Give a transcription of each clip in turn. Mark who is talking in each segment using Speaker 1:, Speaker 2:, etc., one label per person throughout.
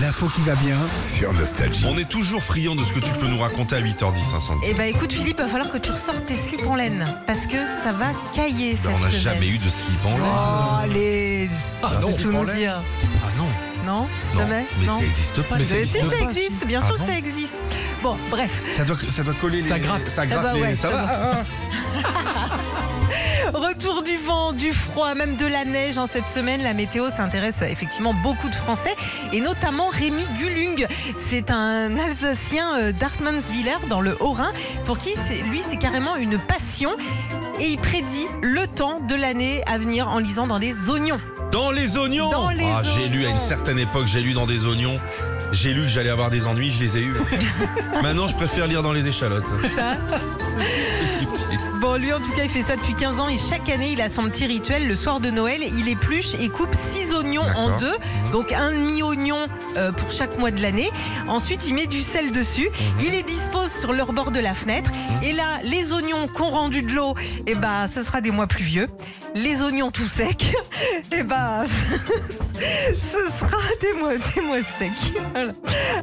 Speaker 1: L'info qui va bien sur Nostalgie.
Speaker 2: On est toujours friand de ce que tu peux nous raconter à 8h10, hein, Sandy.
Speaker 3: Eh ben écoute Philippe, va falloir que tu ressortes tes slips en laine parce que ça va cailler
Speaker 2: Ben,
Speaker 3: cette
Speaker 2: on n'a
Speaker 3: semaine.
Speaker 2: jamais eu de slip en
Speaker 3: Oh
Speaker 2: l'air.
Speaker 3: allez,
Speaker 1: Ah
Speaker 3: je
Speaker 1: non,
Speaker 3: vais tout
Speaker 1: en
Speaker 3: nous
Speaker 1: laine.
Speaker 3: dire.
Speaker 1: Ah non.
Speaker 3: Non,
Speaker 2: Non,
Speaker 3: jamais.
Speaker 2: mais
Speaker 3: non.
Speaker 2: ça n'existe pas.
Speaker 1: Mais
Speaker 2: les
Speaker 1: ça
Speaker 3: Mais
Speaker 2: slips.
Speaker 3: si
Speaker 1: existe
Speaker 3: ça
Speaker 1: pas,
Speaker 3: existe, bien
Speaker 2: Ah
Speaker 3: sûr
Speaker 2: bon
Speaker 3: que ça existe. Bon, bref,
Speaker 2: ça, doit, ça doit coller.
Speaker 1: Ça
Speaker 2: les-
Speaker 1: gratte. Eh ben
Speaker 2: Ça gratte.
Speaker 3: bah
Speaker 2: les-
Speaker 3: ouais,
Speaker 2: ça
Speaker 3: ça
Speaker 2: va. hein, hein.
Speaker 3: Retour du vent, du froid, même de la neige en cette semaine. La météo s'intéresse à, effectivement beaucoup de Français et notamment Rémi Gulung. C'est un Alsacien euh, d'Artmansviller dans le Haut-Rhin pour qui c'est- lui c'est carrément une passion et il prédit le temps de l'année à venir en lisant dans les oignons.
Speaker 2: Dans les oignons.
Speaker 3: Dans les
Speaker 2: ah, j'ai lu à une
Speaker 3: oignons.
Speaker 2: certaine époque, j'ai lu dans des oignons. J'ai lu que j'allais avoir des ennuis, je les ai eus. Maintenant, je préfère lire dans les échalotes.
Speaker 3: Ça
Speaker 2: Plus petit.
Speaker 3: Bon, lui en tout cas, il fait ça depuis 15 ans et chaque année, il a son petit rituel. Le soir de Noël, il épluche et coupe 6 oignons en
Speaker 2: D'accord.
Speaker 3: deux. Donc un demi-oignon euh, pour chaque mois de l'année. Ensuite, il met du sel dessus. Il les dispose sur leur bord de la fenêtre. Et là, les oignons qu'on rendu de l'eau, eh ben, ce sera des mois pluvieux. Les oignons tout secs, eh ben, ce sera des mois, des mois secs. Voilà.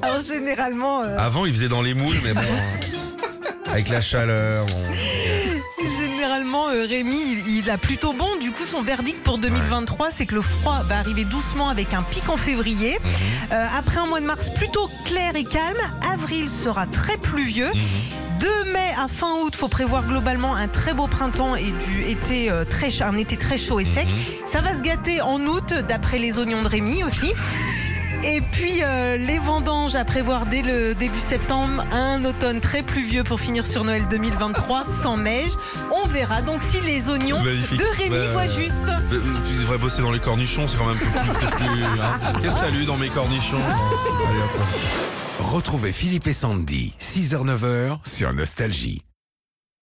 Speaker 3: Alors généralement... euh,
Speaker 2: Avant, ils faisaient dans les moules, mais bon. hein. Avec la chaleur. bon.
Speaker 3: Généralement, euh, Rémi, il, il a plutôt bon. Du coup, son verdict pour 2023, c'est que le froid va arriver doucement avec un pic en février. Euh, après un mois de mars plutôt clair et calme, avril sera très pluvieux.
Speaker 2: Mhm.
Speaker 3: 2 mai à fin août, faut prévoir globalement un très beau printemps et du été euh, très ch- un été très chaud et sec.
Speaker 2: Mhm,
Speaker 3: Ça va se gâter en août, d'après les oignons de Rémi aussi. Et puis euh, les vendanges à prévoir dès le début septembre, un automne très pluvieux pour finir sur Noël 2023 sans neige. On verra donc si les oignons
Speaker 2: Magnifique.
Speaker 3: de Rémi
Speaker 2: Bah,
Speaker 3: voient juste.
Speaker 2: Euh, Tu devrais bosser dans les cornichons, c'est quand même plus. plus- plus- hein. Qu'est-ce que t'as lu dans mes cornichons Allez, hop.
Speaker 1: Retrouvez Philippe et Sandy, 6h-9h sur Nostalgie.